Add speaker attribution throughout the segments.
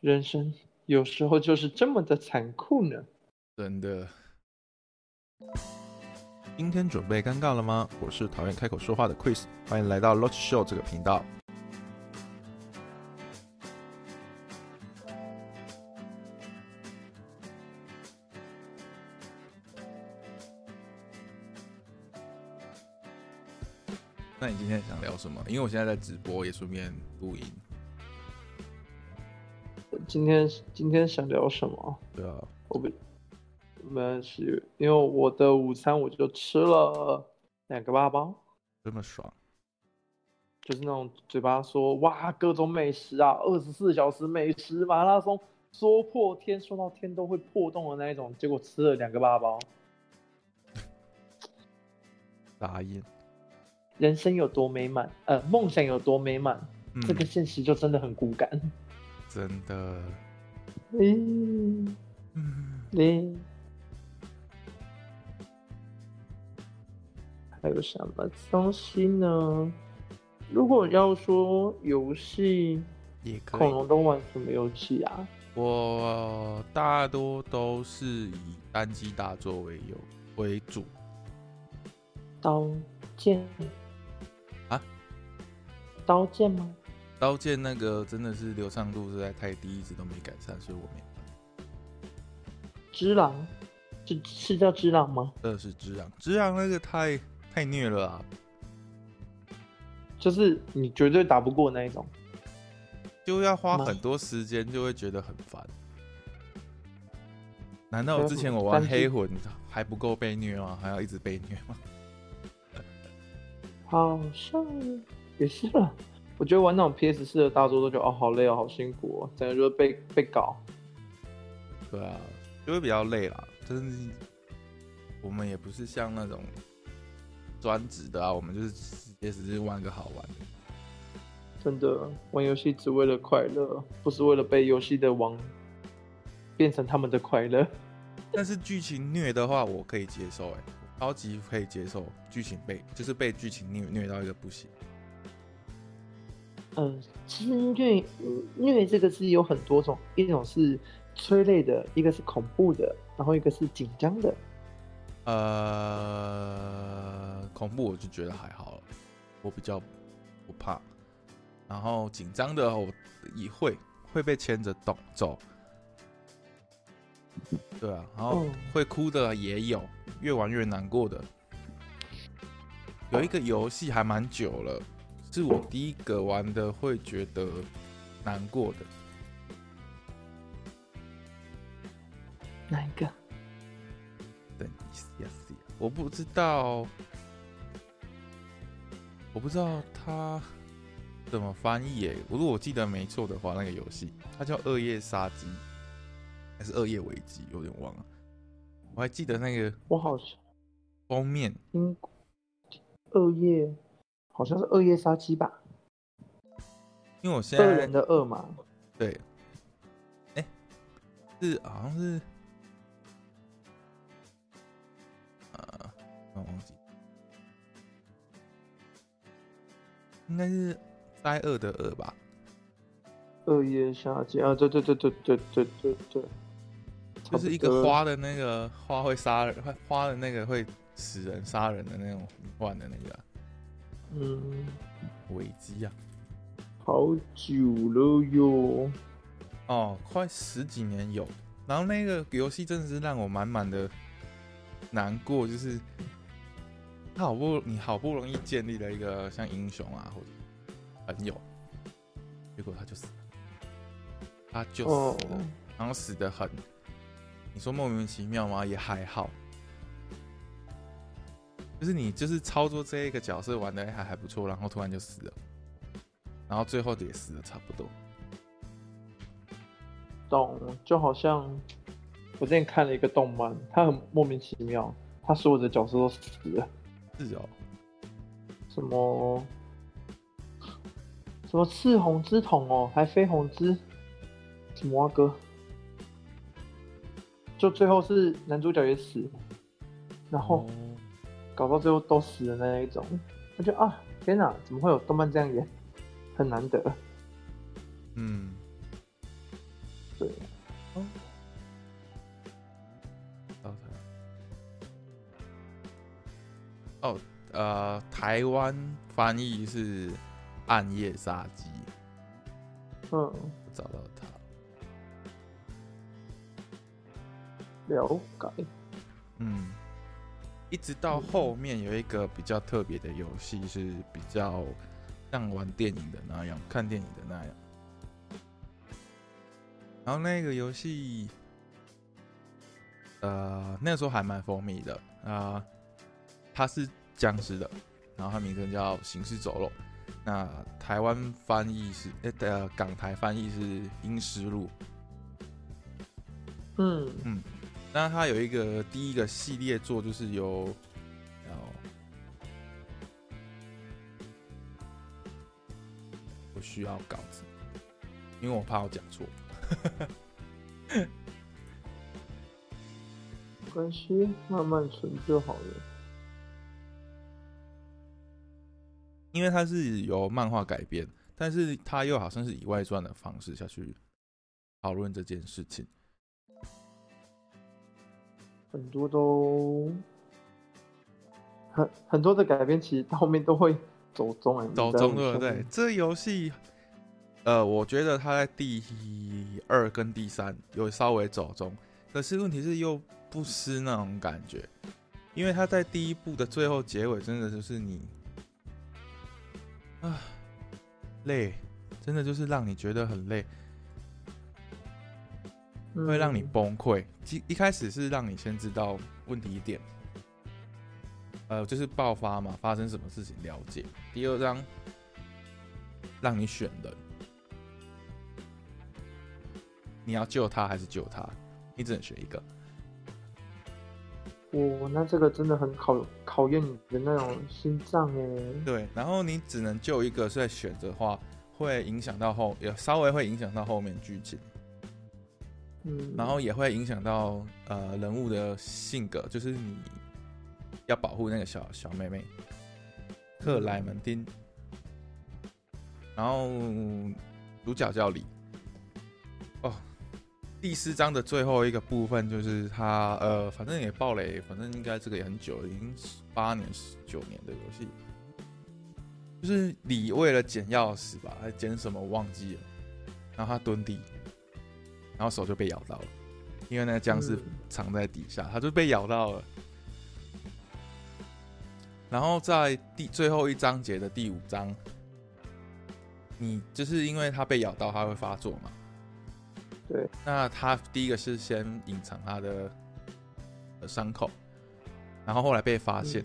Speaker 1: 人生有时候就是这么的残酷呢。
Speaker 2: 真的。今天准备尴尬了吗？我是讨厌开口说话的 Chris，欢迎来到 Lot Show 这个频道。那你今天想聊什么？因为我现在在直播，也顺便录音。
Speaker 1: 我今天今天想聊什么？
Speaker 2: 对啊，
Speaker 1: 我不，我们是因为我的午餐我就吃了两个八包，
Speaker 2: 这么爽。
Speaker 1: 就是那种嘴巴说哇各种美食啊，二十四小时美食马拉松，说破天说到天都会破洞的那一种，结果吃了两个八包。
Speaker 2: 答应。
Speaker 1: 人生有多美满，呃，梦想有多美满，
Speaker 2: 嗯
Speaker 1: 这个现实就真的很骨感。
Speaker 2: 真的。
Speaker 1: 嗯，
Speaker 2: 嗯
Speaker 1: 你还有什么东西呢？如果要说游戏，
Speaker 2: 也可
Speaker 1: 恐
Speaker 2: 以。
Speaker 1: 龙都玩什么游戏啊？
Speaker 2: 我大多都是以单机大作为有为主
Speaker 1: 刀剑
Speaker 2: 啊？
Speaker 1: 刀剑吗？
Speaker 2: 刀剑那个真的是流畅度实在太低，一直都没改善，所以我没玩。
Speaker 1: 只狼，是是叫只狼吗？
Speaker 2: 这是之昂，之昂那个太太虐了啊！
Speaker 1: 就是你绝对打不过那一种。
Speaker 2: 就要花
Speaker 1: 妈
Speaker 2: 很多时间，就会觉得很烦。难道我之前我玩
Speaker 1: 单机
Speaker 2: 黑魂还不够被虐吗？还要一直被虐吗？
Speaker 1: 好像也是啦。我觉得玩那种 PS 四的大作都觉得哦好累哦，好辛苦哦，整个就是被被搞。
Speaker 2: 对啊，就会比较累啦。真是，我们也不是像那种专职的啊，我们就是也只是玩个好玩的。
Speaker 1: 真的，玩游戏只为了快乐，不是为了被游戏的王变成他们的快乐。
Speaker 2: 但是剧情虐的话，我可以接受、欸，哎，超级可以接受剧情被，就是被剧情虐虐到一个不行。
Speaker 1: 嗯，其实虐虐这个是有很多种，一种是催泪的，一个是恐怖的，然后一个是紧张的。
Speaker 2: 呃，恐怖我就觉得还好了，我比较不怕。然后紧张的我也会会被牵着动走，对啊，然后
Speaker 1: 嗯
Speaker 2: 会哭的也有，越玩越难过的。有一个游戏还蛮久了，是我第一个玩的会觉得难过的，
Speaker 1: 哪一个？
Speaker 2: 等一下下，我不知道，我不知道它怎么翻译耶。如果我记得没错的话，那个游戏它叫《恶夜杀机》，还是《恶夜危机》，有点忘了。我还记得那个
Speaker 1: 我好像
Speaker 2: 封面，
Speaker 1: 听过恶夜，好像是恶夜杀机吧，
Speaker 2: 因为我现
Speaker 1: 恶人
Speaker 2: 在
Speaker 1: 的恶嘛。
Speaker 2: 对，哎、是好像是，呃，我忘记，应该是灾厄的厄吧。
Speaker 1: 恶夜杀机啊，对对对对对对对对，
Speaker 2: 就是一
Speaker 1: 差不
Speaker 2: 个
Speaker 1: 多。
Speaker 2: 花的那个花会杀人，花花的那个会死人杀人的那种迷幻的那个啊
Speaker 1: 嗯，
Speaker 2: 危机啊！
Speaker 1: 好久了哟。
Speaker 2: 哦，快十几年有。然后那个游戏真的是让我满满的难过，就是他好不你好不容易建立了一个像英雄啊或者朋友，结果他就死了，他就
Speaker 1: 哦
Speaker 2: 死了，然后死的很，你说莫名其妙吗？也还好，就是你就是操作这一个角色玩的还还不错，然后突然就死了，然后最后也死的差不多。
Speaker 1: 懂，就好像我之前看了一个动漫，它很莫名其妙，它所有的角色都死了，
Speaker 2: 是哦，
Speaker 1: 什么什么赤红之瞳哦，还绯红之什么啊哥，就最后是男主角也死，然后。
Speaker 2: 哦
Speaker 1: 搞到最后都死的那一种，我觉得啊，天哪，怎么会有动漫这样演？很难得。
Speaker 2: 嗯，
Speaker 1: 对，
Speaker 2: 哦，哦，呃，台湾翻译是《暗夜杀机》，
Speaker 1: 嗯，
Speaker 2: 我找到它。
Speaker 1: 了解。
Speaker 2: 嗯，一直到后面有一个比较特别的游戏，是比较像玩电影的那样，看电影的那样。然后那个游戏，呃，那个时候还蛮风靡的啊、呃它是僵尸的，然后它名称叫《行尸走肉》。那台湾翻译是，呃，呃港台翻译是《阴尸路》。
Speaker 1: 嗯，
Speaker 2: 那它有一个第一个系列作，就是由呃然后我需要稿子，因为我怕我讲错。
Speaker 1: 没关系，慢慢存就好了。
Speaker 2: 因为它是由漫画改编，但是它又好像是以外传的方式下去讨论这件事情。
Speaker 1: 很多都很很多的改编，其实到后面都会走中哎，
Speaker 2: 走
Speaker 1: 你在
Speaker 2: 中
Speaker 1: 我
Speaker 2: 对不
Speaker 1: 上
Speaker 2: 对
Speaker 1: 面？？
Speaker 2: 这游戏，呃，我觉得它在第二跟第三有稍微走中，可是问题是又不失那种感觉，因为它在第一部的最后结尾，真的就是你啊累，真的就是让你觉得很累，
Speaker 1: 嗯
Speaker 2: 会让你崩溃。一一开始是让你先知道问题点，呃，就是爆发嘛，发生什么事情了解。第二章让你选人，你要救他还是救他？你只能选一个。
Speaker 1: 哇，那这个真的很考考验你的那种心脏哎。
Speaker 2: 对，然后你只能救一个，所以选择的话会影响到后，也稍微会影响到后面剧情。
Speaker 1: 嗯，
Speaker 2: 然后也会影响到呃人物的性格，就是你要保护那个小小妹妹克莱门丁，然后主角叫李。哦，第四章的最后一个部分就是他呃，反正也爆雷，反正应该这个也很久了，已经十八年、十九年的游戏。就是李为了捡钥匙吧，还捡什么忘记了，然后他蹲地，然后手就被咬到了，因为那个僵尸
Speaker 1: 嗯
Speaker 2: 藏在底下，他就被咬到了。然后在第最后一章节的第五章，你就是因为他被咬到，他会发作嘛？
Speaker 1: 对。
Speaker 2: 那他第一个是先隐藏他的呃伤口，然后后来被发现，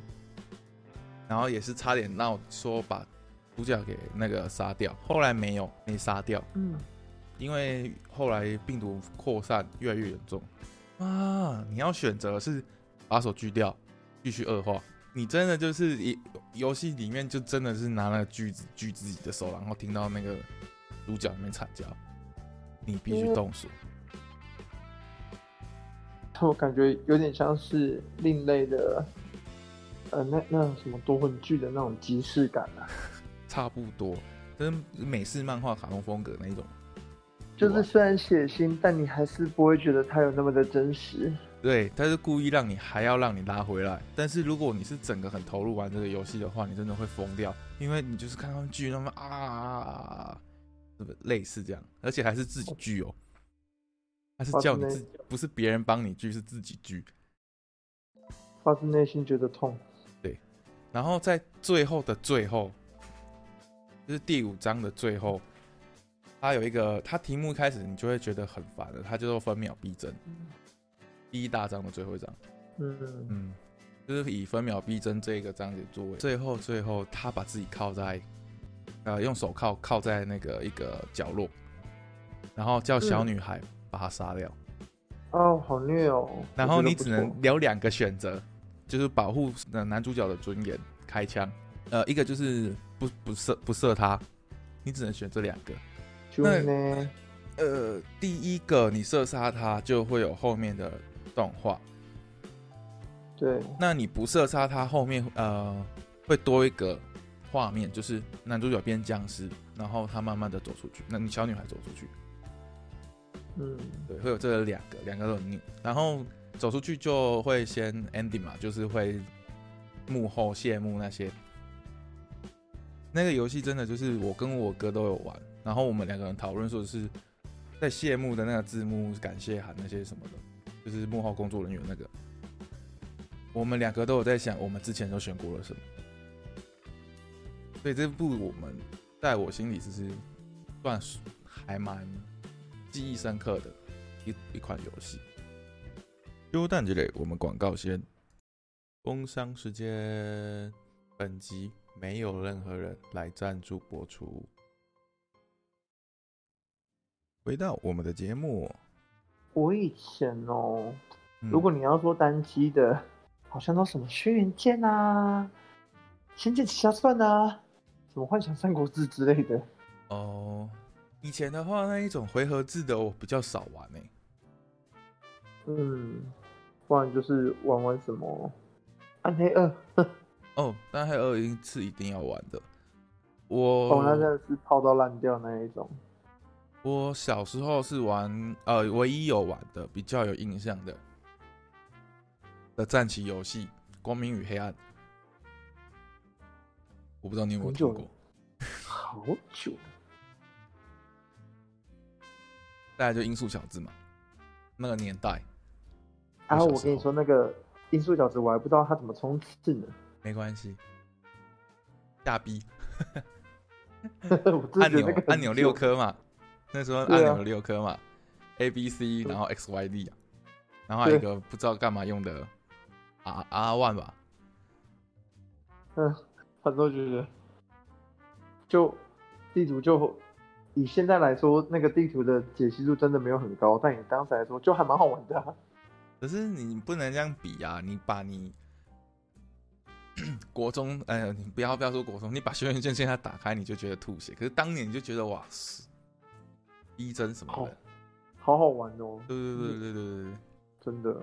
Speaker 2: 然后也是差点闹说把主角给那个杀掉，后来没有没杀掉，
Speaker 1: 嗯，
Speaker 2: 因为后来病毒扩散越来越严重啊！你要选择是把手锯掉，继续恶化。你真的就是一游戏里面就真的是拿那个锯子锯自己的手，然后听到那个主角里面惨叫，你必须动手。
Speaker 1: 我感觉有点像是另类的，呃，那那种什么多魂剧的那种即视感啊，
Speaker 2: 差不多，跟美式漫画卡通风格那一种。
Speaker 1: 就是虽然血腥，但你还是不会觉得它有那么的真实。
Speaker 2: 对，他是故意让你还要让你拉回来。但是如果你是整个很投入玩这个游戏的话，你真的会疯掉，因为你就是看他们剧那么啊啊啊啊啊啊，是不是类似这样？而且还是自己剧哦，他是叫你自己，不是别人帮你剧，是自己剧。
Speaker 1: 发自内心觉得痛。
Speaker 2: 然后在最后的最后，就是第五章的最后，它有一个，它题目一开始你就会觉得很烦了，它叫做分秒必争，第一大章的最后一章。
Speaker 1: 嗯，
Speaker 2: 嗯，就是以分秒必争这个章节作为最后最后，他把自己靠在，呃，用手铐铐在那个一个角落，然后叫小女孩把他杀掉，
Speaker 1: 哦，好虐哦。
Speaker 2: 然后
Speaker 1: 我觉得
Speaker 2: 你
Speaker 1: 不
Speaker 2: 只
Speaker 1: 错
Speaker 2: 能有两个选择，就是保护呃男主角的尊严，开枪，呃，一个就是不不射不射他，你只能选这两个。
Speaker 1: 就呢，
Speaker 2: 呃，第一个你射杀他就会有后面的动画，
Speaker 1: 对，
Speaker 2: 那你不射杀他，后面呃会多一个画面，就是男主角变僵尸，然后他慢慢的走出去，那你小女孩走出去，
Speaker 1: 嗯，
Speaker 2: 对，会有这两个，两个都很 new。然后走出去就会先 ending 嘛，就是会幕后谢幕那些。那个游戏真的就是我跟我哥都有玩，然后我们两个人讨论说是在谢幕的那个字幕感谢函那些什么的，就是幕后工作人员那个。我们两个都有在想，我们之前都选过了什么，所以这部我们在我心里就是算是还蛮记忆深刻的一一款游戏。优蛋之类，我们广告先。工商时间，本集没有任何人来赞助播出。回到我们的节目，
Speaker 1: 我以前哦，
Speaker 2: 嗯
Speaker 1: 如果你要说单机的，好像都什么《轩辕剑》啊，《仙剑奇侠传》啊，什么《幻想三国志》之类的。
Speaker 2: 哦，以前的话那一种回合制的我比较少玩欸诶、
Speaker 1: 嗯，不然就是玩玩什么《暗黑二》
Speaker 2: 哦，但还有二一是一定要玩的。我、
Speaker 1: 哦，那真的是泡到烂掉那一种。
Speaker 2: 我小时候是玩呃，唯一有玩的比较有印象的的战棋游戏《光明与黑暗》，我不知道你有没有
Speaker 1: 很
Speaker 2: 听
Speaker 1: 久
Speaker 2: 过
Speaker 1: 了。好久，
Speaker 2: 大概就音速小子嘛，那个年代。
Speaker 1: 然
Speaker 2: 小
Speaker 1: 后
Speaker 2: 时
Speaker 1: 我跟你
Speaker 2: 候
Speaker 1: 说，那个音速饺子，我还不知道它怎么冲刺呢，
Speaker 2: 没关系，大 B
Speaker 1: 我真的
Speaker 2: 按
Speaker 1: 觉得
Speaker 2: 钮
Speaker 1: 那个很
Speaker 2: 按钮六
Speaker 1: 久，
Speaker 2: 颗嘛，那时候
Speaker 1: 对
Speaker 2: 按
Speaker 1: 啊
Speaker 2: 钮六颗嘛，A B C，然后 X Y D，然后还有一个不知道干嘛用的 R R one 吧，
Speaker 1: 嗯，反正我觉得就地图就以现在来说，那个地图的解析度真的没有很高，但以当时来说就还蛮好玩的啊、
Speaker 2: 可是你不能这样比啊！你把你 国中，哎、呀，你不要不要说国中，你把轩辕剑现在打开，你就觉得吐血。可是当年你就觉得哇，是逼真什么的，
Speaker 1: 哦好好玩哦，
Speaker 2: 对对对对对对对。
Speaker 1: 真的。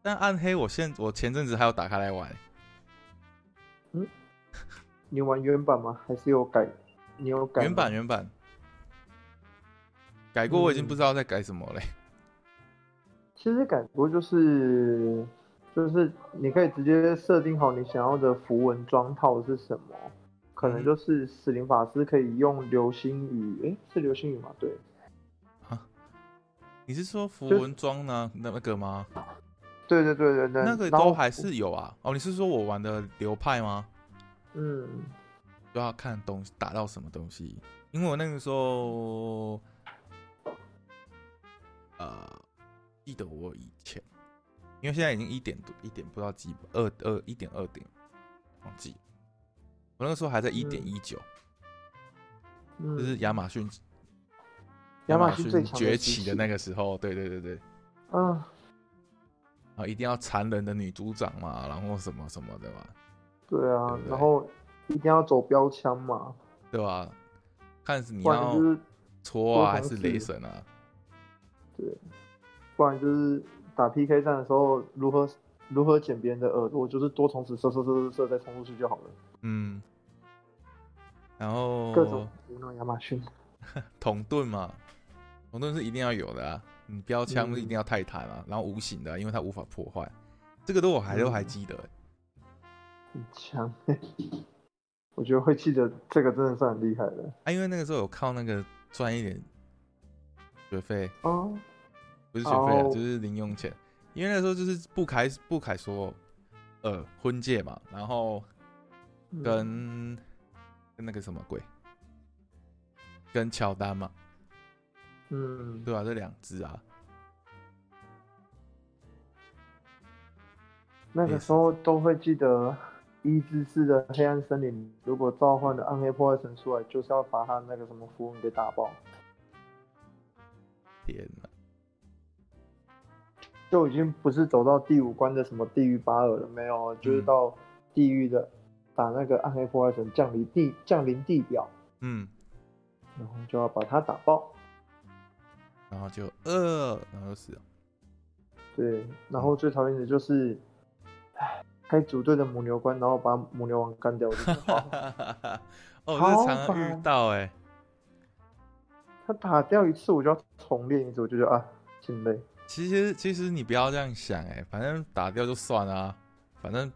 Speaker 2: 但暗黑，我现我前阵子还有打开来玩，
Speaker 1: 你玩原版吗？还是有改？你有改吗
Speaker 2: 原版原版改过，我已经
Speaker 1: 嗯
Speaker 2: 不知道在改什么嘞。
Speaker 1: 其实改过就是就是你可以直接设定好你想要的符文装套是什么，可能
Speaker 2: 嗯
Speaker 1: 就是死灵法师可以用流星雨，诶、是流星雨吗？对，
Speaker 2: 你是说符
Speaker 1: 就
Speaker 2: 文装呢？那那个吗？
Speaker 1: 对对对对对，
Speaker 2: 那个
Speaker 1: 然后
Speaker 2: 都还是有啊。哦，你是说我玩的流派吗？
Speaker 1: 嗯，
Speaker 2: 就要看东西打到什么东西，因为我那个时候，呃，记得我以前，因为现在已经一点多一点不知道几二二一点二点，忘记了，我那个时候还在一点一九，
Speaker 1: 嗯
Speaker 2: 就是亚马逊
Speaker 1: 亚马逊
Speaker 2: 逊
Speaker 1: 最强
Speaker 2: 崛起的那
Speaker 1: 个，
Speaker 2: 个时候，对对对对，
Speaker 1: 嗯，
Speaker 2: 然后一定要残忍的女组长嘛，然后什么什么的嘛，
Speaker 1: 对啊，
Speaker 2: 对不对
Speaker 1: 然后一定要走标枪嘛，
Speaker 2: 对吧？看是你
Speaker 1: 不然
Speaker 2: 要
Speaker 1: 就是
Speaker 2: 搓
Speaker 1: 多
Speaker 2: 啊还
Speaker 1: 尝
Speaker 2: 是
Speaker 1: 试
Speaker 2: 雷神啊？
Speaker 1: 不然就是打 PK 战的时候如何如何剪别人的耳朵，就是多重子射射射射射再冲出去就好了，
Speaker 2: 嗯，然后
Speaker 1: 各种无脑亚马逊。
Speaker 2: 铜盾嘛，铜盾是一定要有的啊。你标枪
Speaker 1: 嗯
Speaker 2: 是一定要泰坦啊，然后无形的啊、因为它无法破坏。这个都我还都
Speaker 1: 嗯
Speaker 2: 还记得欸、
Speaker 1: 很强、 我觉得会记得这个真的算很厉害的
Speaker 2: 啊，因为那个时候有靠那个赚一点学费，
Speaker 1: 哦。
Speaker 2: 不是学费啊，
Speaker 1: 哦
Speaker 2: 就是零用钱。因为那时候就是不凯不凯说，呃，婚戒嘛，然后
Speaker 1: 嗯
Speaker 2: 跟、跟那个什么鬼，跟乔丹嘛，
Speaker 1: 嗯，
Speaker 2: 对吧、这两只啊，
Speaker 1: 那个时候都会记得一之四的黑暗森林，如果召唤的暗黑破坏神出来，就是要把他那个什么符文给打爆，
Speaker 2: 天哪！
Speaker 1: 就已经不是走到第五关的什么地狱巴尔了，没有，就是
Speaker 2: 嗯
Speaker 1: 到地狱的打那个暗黑破坏神降临地降临地表，
Speaker 2: 嗯，
Speaker 1: 然后就要把它打爆。
Speaker 2: 然后就呃，然后就死了。
Speaker 1: 对，然后最讨厌的就是，唉，开组队的母牛关，然后把母牛王 哦干掉，我就觉得
Speaker 2: 哦哦，这常
Speaker 1: 好
Speaker 2: 常遇
Speaker 1: 吧
Speaker 2: 到哎、
Speaker 1: 他打掉一次我就要重练一次，我就觉得啊，心累。
Speaker 2: 其实其实你不要这样想、哎，反正打掉就算啦、反正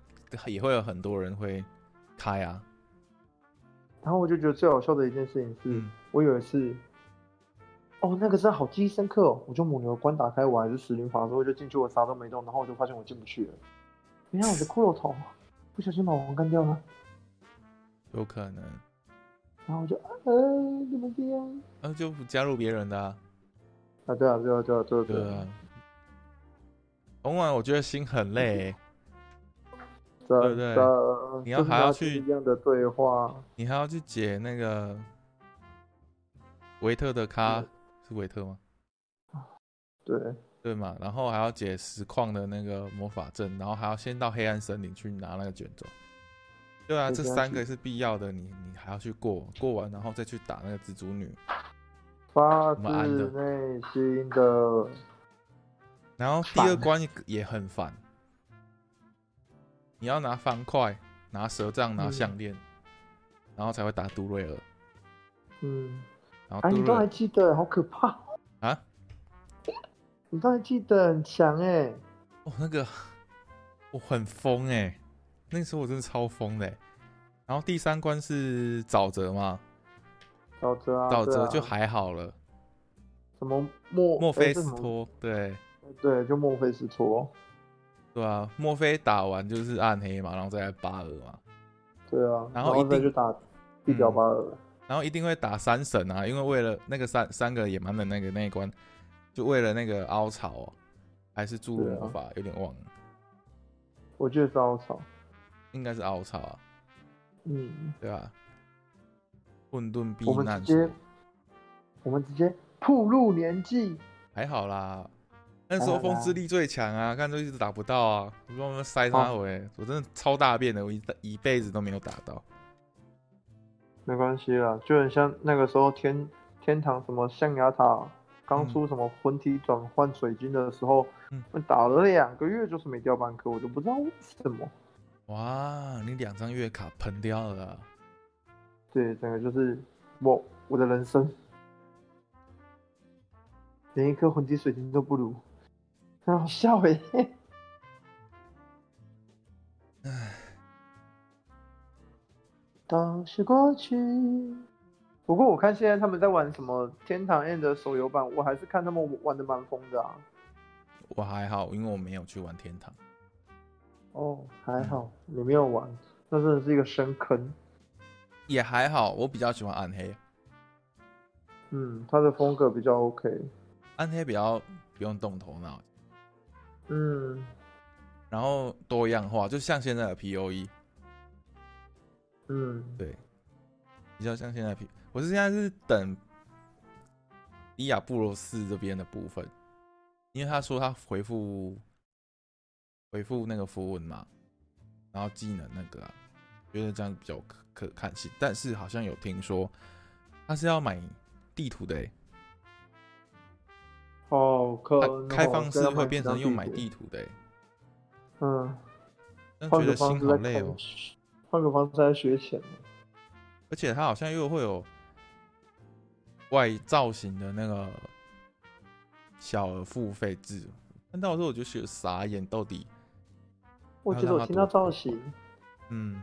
Speaker 2: 也会有很多人会开啊。
Speaker 1: 然后我就觉得最好笑的一件事情是，
Speaker 2: 嗯
Speaker 1: 我有一次，哦，那个真的好记忆深刻哦！我就母牛关打开，我还是十连法的时候，我就进去，我啥都没动，然后我就发现我进不去了。等一下，我的骷髅头不小心把王干掉了，
Speaker 2: 有可能，
Speaker 1: 然后我就呃怎么这样？
Speaker 2: 那、就不加入别人的、啊，
Speaker 1: 啊，对啊，对啊，对啊，对啊，
Speaker 2: 对啊。往往我觉得心很累、欸
Speaker 1: 嗯这
Speaker 2: 对对
Speaker 1: 这
Speaker 2: 你要
Speaker 1: 跟
Speaker 2: 还要
Speaker 1: 他
Speaker 2: 去
Speaker 1: 一样的对话，
Speaker 2: 你还要去解那个维特的咖，
Speaker 1: 嗯
Speaker 2: 是维特吗？
Speaker 1: 对，
Speaker 2: 对嘛？然后还要解实况的那个魔法阵，然后还要先到黑暗森林去拿那个卷轴。对啊，
Speaker 1: 对
Speaker 2: 这
Speaker 1: 对啊
Speaker 2: 三个是必要的，你你还要去过，过完然后再去打那个蜘蛛女。
Speaker 1: 发
Speaker 2: 我们安的
Speaker 1: 自内心的，
Speaker 2: 然后第
Speaker 1: 欸
Speaker 2: 二关也很烦，你要拿方块、拿蛇杖、拿
Speaker 1: 嗯
Speaker 2: 项链，然后才会打杜瑞尔。
Speaker 1: 嗯，
Speaker 2: 然后
Speaker 1: 哎，
Speaker 2: 杜
Speaker 1: 你
Speaker 2: 瑞
Speaker 1: 都还
Speaker 2: 尔
Speaker 1: 记得，好可怕，
Speaker 2: 啊，
Speaker 1: 你都还记得，很强哎，
Speaker 2: 哦，那个我很疯哎、那个时候我真的超疯的欸、然后第三关是沼泽嘛，
Speaker 1: 沼泽啊，
Speaker 2: 沼
Speaker 1: 对
Speaker 2: 泽
Speaker 1: 啊
Speaker 2: 就还好了，
Speaker 1: 什么墨呃
Speaker 2: 墨菲
Speaker 1: 斯
Speaker 2: 斯，托对
Speaker 1: 哎对，就墨菲斯托，
Speaker 2: 对啊，墨菲打完就是暗黑嘛，然后再来巴尔嘛，
Speaker 1: 对啊，
Speaker 2: 然
Speaker 1: 然
Speaker 2: 后一
Speaker 1: 再
Speaker 2: 定嗯
Speaker 1: 去打地表巴尔，
Speaker 2: 然后一定会打三神啊，因为为了那个三三个野蛮人那个那一关，就为了那个凹槽、哦，还是注入
Speaker 1: 对啊
Speaker 2: 魔法，有点忘了，
Speaker 1: 我记得是凹槽，
Speaker 2: 应该是凹槽啊，
Speaker 1: 嗯，
Speaker 2: 对吧、混沌避
Speaker 1: 我们
Speaker 2: 难
Speaker 1: 直接
Speaker 2: 所
Speaker 1: 我们直接铺路年纪，
Speaker 2: 还好啦，那时候风之力最强啊，看就一直打不到啊，我慢慢塞他
Speaker 1: 哦
Speaker 2: 回，我真的超大便的，我一一辈子都没有打到。
Speaker 1: 没关系啦，就很像那个时候天天堂什么象牙塔刚出什么魂体转换水晶的时候，
Speaker 2: 嗯
Speaker 1: 我打了两个月就是没掉半颗，我就不知道为什么。
Speaker 2: 哇，你两张月卡喷掉了啊，
Speaker 1: 对，整个就是我我的人生，连一颗魂体水晶都不如，很好笑哎、当时过去。不过我看现在他们在玩什么《天堂 N》的手游版，我还是看他们玩的蛮疯的啊。
Speaker 2: 我还好，因为我没有去玩天堂。
Speaker 1: 哦，还好你没有玩，那真的是一个深坑。
Speaker 2: 也还好，我比较喜欢暗黑，
Speaker 1: 嗯，他的风格比较 OK。
Speaker 2: 暗黑比较不用动头脑，
Speaker 1: 嗯，
Speaker 2: 然后多样化，就像现在的 E POE，
Speaker 1: 嗯，
Speaker 2: 对，比较像现在的 P，我是现在是等伊亚布罗斯这边的部分，因为他说他回复回复那个符文嘛，然后技能那个啊，觉得这样比较可可看性，但是好像有听说他是要买地图的、欸，
Speaker 1: 哦，可
Speaker 2: 他
Speaker 1: 能
Speaker 2: 开
Speaker 1: 哦
Speaker 2: 放
Speaker 1: 这
Speaker 2: 式
Speaker 1: 样
Speaker 2: 会
Speaker 1: 蛮
Speaker 2: 变
Speaker 1: 像
Speaker 2: 成用买
Speaker 1: 图
Speaker 2: 地图的、欸，
Speaker 1: 嗯，
Speaker 2: 但觉
Speaker 1: 换个
Speaker 2: 得
Speaker 1: 方
Speaker 2: 心
Speaker 1: 式
Speaker 2: 好
Speaker 1: 在
Speaker 2: 累哦、
Speaker 1: 看钱换个方式在学钱。
Speaker 2: 而且它好像又会有外造型的那个小额付费制。看到的时候我就觉得傻眼，到底
Speaker 1: 我记得我听到造型，
Speaker 2: 嗯，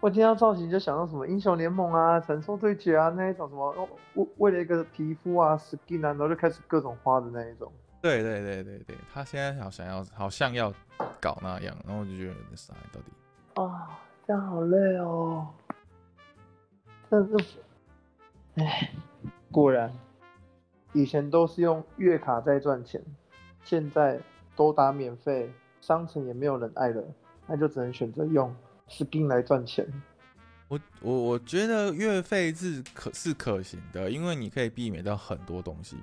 Speaker 1: 我听到造型就想到什么英雄联盟啊、传说对决啊那一种什么，哦为为了一个皮肤啊、skin 啊，然后就开始各种花的那一种。
Speaker 2: 对对对对对，他现在好想要好像要搞那样，然后我就觉得有点傻眼，到底
Speaker 1: 啊，这样好累哦。但是，哎，果然，以前都是用月卡在赚钱，现在都打免费，商城也没有人爱了，那就只能选择用 skin 来赚钱。
Speaker 2: 我我我觉得月费制可是可行的，因为你可以避免掉很多东西。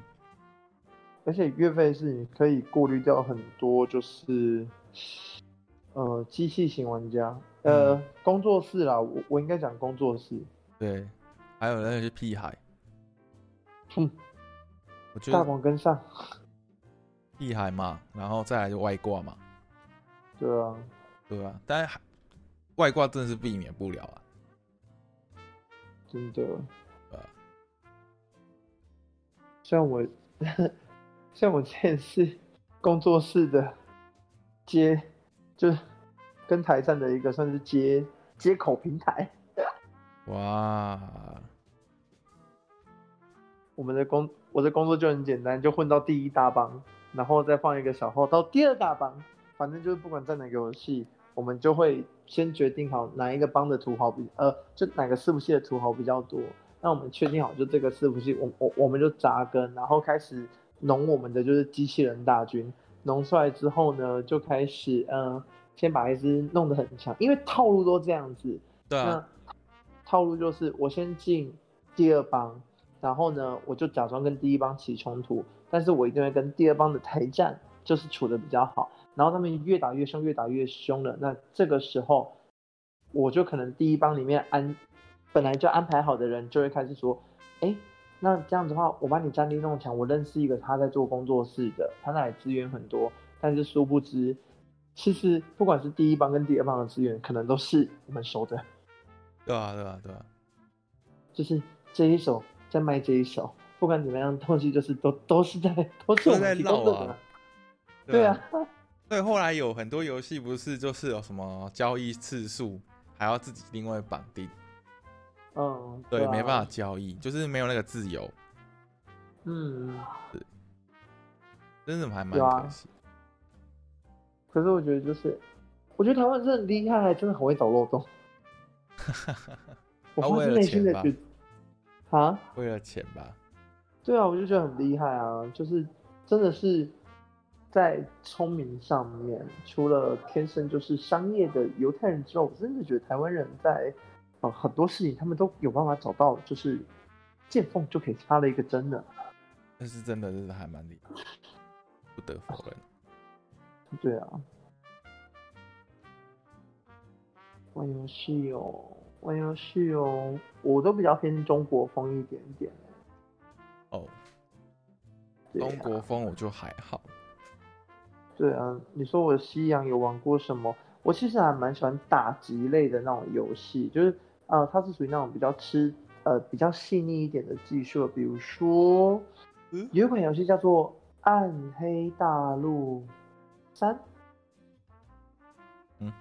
Speaker 1: 而且月费是你可以过滤掉很多，就是呃机器型玩家，呃、
Speaker 2: 嗯
Speaker 1: 工作室啦，我我应该讲工作室，
Speaker 2: 对，还有那些屁孩，
Speaker 1: 哼，
Speaker 2: 我觉
Speaker 1: 嗯大
Speaker 2: 得
Speaker 1: 王跟上，
Speaker 2: 屁孩嘛，然后再来就外挂嘛，
Speaker 1: 对啊，
Speaker 2: 对吧、但还外挂真的是避免不了啊。
Speaker 1: 真的。像我， 像我之前是工作室的接，就是跟台站的一个算是接接口平台。
Speaker 2: 哇，
Speaker 1: 我们的工我的工作就很简单，就混到第一大帮，然后再放一个小号到第二大帮，反正就是不管在哪个游戏，我们就会先决定好哪一个帮的土豪比呃，就哪个伺服器的土豪比较多。那我们确定好就这个伺服器，我我我们就扎根，然后开始农我们的就是机器人大军。农出来之后呢，就开始嗯、呃先把一只弄得很强，因为套路都这样子，
Speaker 2: 对啊
Speaker 1: 那，套路就是我先进第二帮，然后呢，我就假装跟第一帮起冲突，但是我一定会跟第二帮的台战就是处的比较好，然后他们越打越凶，越打越凶了，那这个时候我就可能第一帮里面安本来就安排好的人就会开始说，哎。那这样子的话，我把你战力弄强。我认识一个他在做工作室的，他那里资源很多，但是殊不知，其实不管是第一帮跟第二帮的资源，可能都是我们熟的。
Speaker 2: 对啊，对啊，对啊，
Speaker 1: 就是这一首在卖这一首，不管怎么样，东西就是都都是在都是我
Speaker 2: 都在
Speaker 1: 们提供
Speaker 2: 绕
Speaker 1: 的嘛
Speaker 2: 啊。，
Speaker 1: 对啊，，
Speaker 2: 对，后来有很多游戏不是就是有什么交易次数，还要自己另外绑定，
Speaker 1: 嗯，
Speaker 2: 对，没办法
Speaker 1: 法，
Speaker 2: 交易，就是没有那个自由，
Speaker 1: 嗯。
Speaker 2: 真的还蛮
Speaker 1: 有啊
Speaker 2: 可惜。
Speaker 1: 可是我觉得就是，我觉得台湾真的很厉害，真的很会找漏 洞。我
Speaker 2: 啊
Speaker 1: 发
Speaker 2: 为
Speaker 1: 自
Speaker 2: 了
Speaker 1: 内心
Speaker 2: 钱
Speaker 1: 的
Speaker 2: 吧
Speaker 1: 觉得，啊，
Speaker 2: 为了钱吧，
Speaker 1: 对啊，我就觉得很厉害啊，就是真的是在聪明上面，除了天生就是商业的犹太人之外，我真的觉得台湾人在呃很多事情他们都有办法找到，就是见缝就可以插了一个针的。
Speaker 2: 但是真的是还蛮厉害，不得否认。
Speaker 1: 对啊，玩游戏哦，玩游戏哦，我都比较偏中国风一点点。
Speaker 2: 哦，
Speaker 1: 对啊
Speaker 2: 中国风我就还好，
Speaker 1: 对啊，你说我西洋有玩过什么？我其实还蛮喜欢打击类的那种游戏，就是呃，它是属于那种比较吃呃比较细腻一点的技术，比如说
Speaker 2: 嗯
Speaker 1: 有一款游戏叫做《暗黑大陆三》，
Speaker 2: 嗯，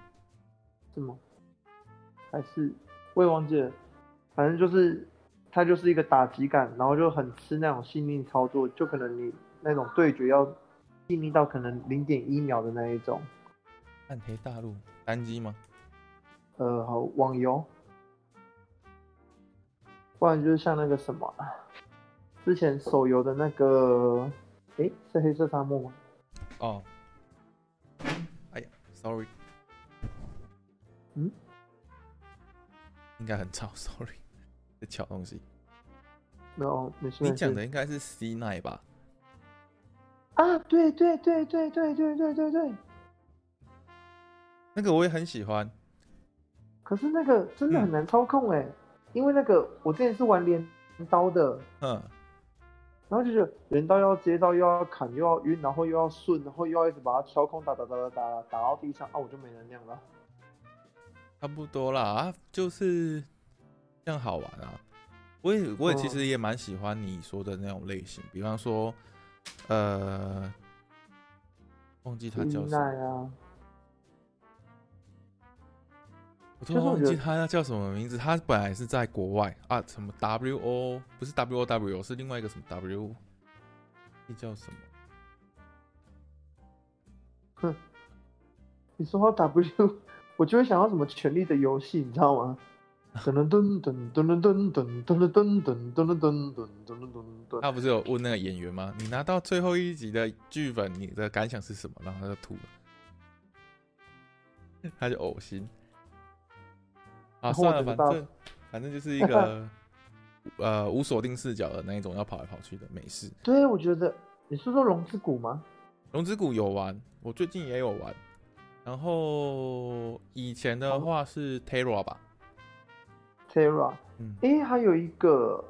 Speaker 1: 是吗？还是我也忘记了，反正就是它就是一个打击感，然后就很吃那种细腻操作，就可能你那种对决要细腻到可能零点一秒的那一种。
Speaker 2: 暗黑大陆单机吗？
Speaker 1: 呃，好网游，不然就是像那个什么，之前手游的那个，诶，是黑色沙漠吗？
Speaker 2: 哦，哎呀，sorry，
Speaker 1: 嗯，
Speaker 2: 应该很吵，sorry，在抢东西。
Speaker 1: 没有，没事。没
Speaker 2: 你
Speaker 1: 事
Speaker 2: 讲的应该是 C 奈吧？
Speaker 1: 啊，对对对对对对对对对。
Speaker 2: 那个我也很喜欢，
Speaker 1: 可是那个真的很
Speaker 2: 嗯
Speaker 1: 难操控哎、因为那个我之前是玩镰刀的，
Speaker 2: 嗯，
Speaker 1: 然后就觉得镰刀要接到又要砍又要晕，然后又要顺，然后又要一直把它挑空打打打打打打到地上啊，我就没能量了。
Speaker 2: 差不多啦，啊，就是这样好玩啊。我也我也其实也蛮喜欢你说的那种类型，比方说，呃，忘记它叫
Speaker 1: 无
Speaker 2: 什么，
Speaker 1: 奈啊，
Speaker 2: 我
Speaker 1: 就是
Speaker 2: 突然
Speaker 1: 我
Speaker 2: 忘
Speaker 1: 觉
Speaker 2: 记
Speaker 1: 得
Speaker 2: 它叫什么名字。它本来是在国外啊，什么 W O 不是 W O W，是另外一个什么 W，那叫什么？
Speaker 1: 你说到 W，我 就会想到什么权力的游戏，你知道吗？噔噔噔噔噔噔噔噔噔噔噔噔噔噔噔噔噔噔。
Speaker 2: 他不是有问那个演员吗？你拿到最后一集的剧本，你的感想是什么？然后他就吐了，他就呕心。啊，
Speaker 1: 然后
Speaker 2: 算了，
Speaker 1: 我怎么
Speaker 2: 反
Speaker 1: 办
Speaker 2: 正反正就是一 个呃无锁定视角的那一种，要跑来跑去的美式。
Speaker 1: 对，我觉得你是说龙之谷吗？
Speaker 2: 龙之谷有玩，我最近也有玩。然后以前的话是 Terra 吧，
Speaker 1: Terra，
Speaker 2: 嗯，
Speaker 1: 诶，还有一个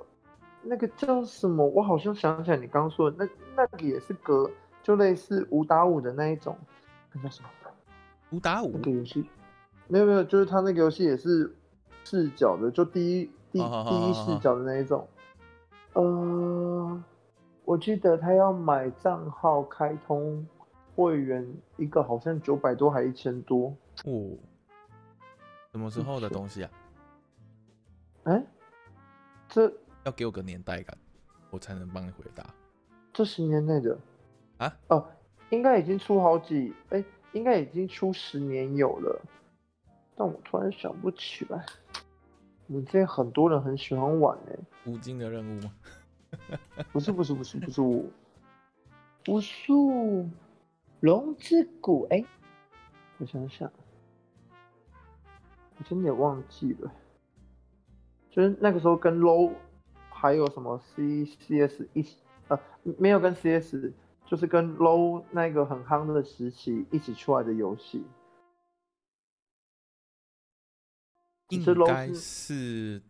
Speaker 1: 那个叫什么？我好像想起来你刚刚说的那那个也是格，就类似五打五的那一种，那叫什么？
Speaker 2: 五打五
Speaker 1: 那个游戏没有没有，就是他那个游戏也是视角的，就第一第一
Speaker 2: 哦哦哦
Speaker 1: 第一视角的那一种。呃，我我记得他要买账号开通会员，一个好像九百多还一千多。
Speaker 2: 哦，什么时候的东西啊？
Speaker 1: 哎、这
Speaker 2: 要给我个年代感，我才能帮你回答。
Speaker 1: 这十年内的
Speaker 2: 啊？
Speaker 1: 哦，应该已经出好几，哎、应该已经出十年有了，但我突然想不起来。我们之前很多人很喜欢玩哎、
Speaker 2: 无尽的任务吗？
Speaker 1: 不是不是不是不是我，不是龙之谷哎、我想想，我真的也忘记了，就是那个时候跟 LO 还有什么 C C S 一起呃没有跟 C S 就是跟 LO 那个很夯的时期一起出来的游戏，你
Speaker 2: 应
Speaker 1: 是楼
Speaker 2: 该
Speaker 1: 是
Speaker 2: 是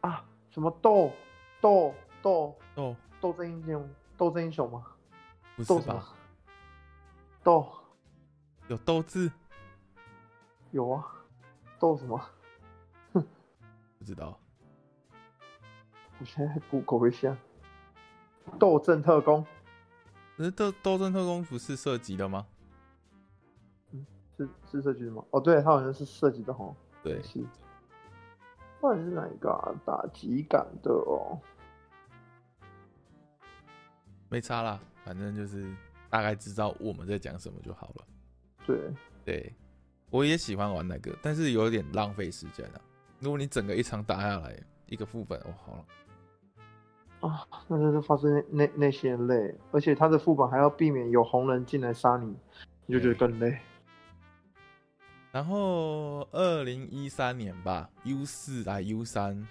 Speaker 1: 啊什么斗斗斗
Speaker 2: 哦，
Speaker 1: 斗争英雄斗争英雄吗？
Speaker 2: 不是
Speaker 1: 斗什么
Speaker 2: 吧？？
Speaker 1: 斗
Speaker 2: 有斗志？
Speaker 1: 有啊，斗什么？
Speaker 2: 不知道。
Speaker 1: 我现在 Google 一下，斗阵特工
Speaker 2: 可是斗斗争特工不是射击的吗？
Speaker 1: 是是设计的吗？哦，对，它好像是设计的哦。
Speaker 2: 对，
Speaker 1: 是，到底是哪一个啊？打击感的哦。
Speaker 2: 没差啦，反正就是大概知道我们在讲什么就好了。
Speaker 1: 对，
Speaker 2: 对，我也喜欢玩那个，但是有点浪费时间啊。如果你整个一场打下来，一个副本哦，好了，
Speaker 1: 那就是发生那那那些累，而且它的副本还要避免有红人进来杀你，你就觉得更累。
Speaker 2: 然后二零一三年吧，U 四啊 U 三，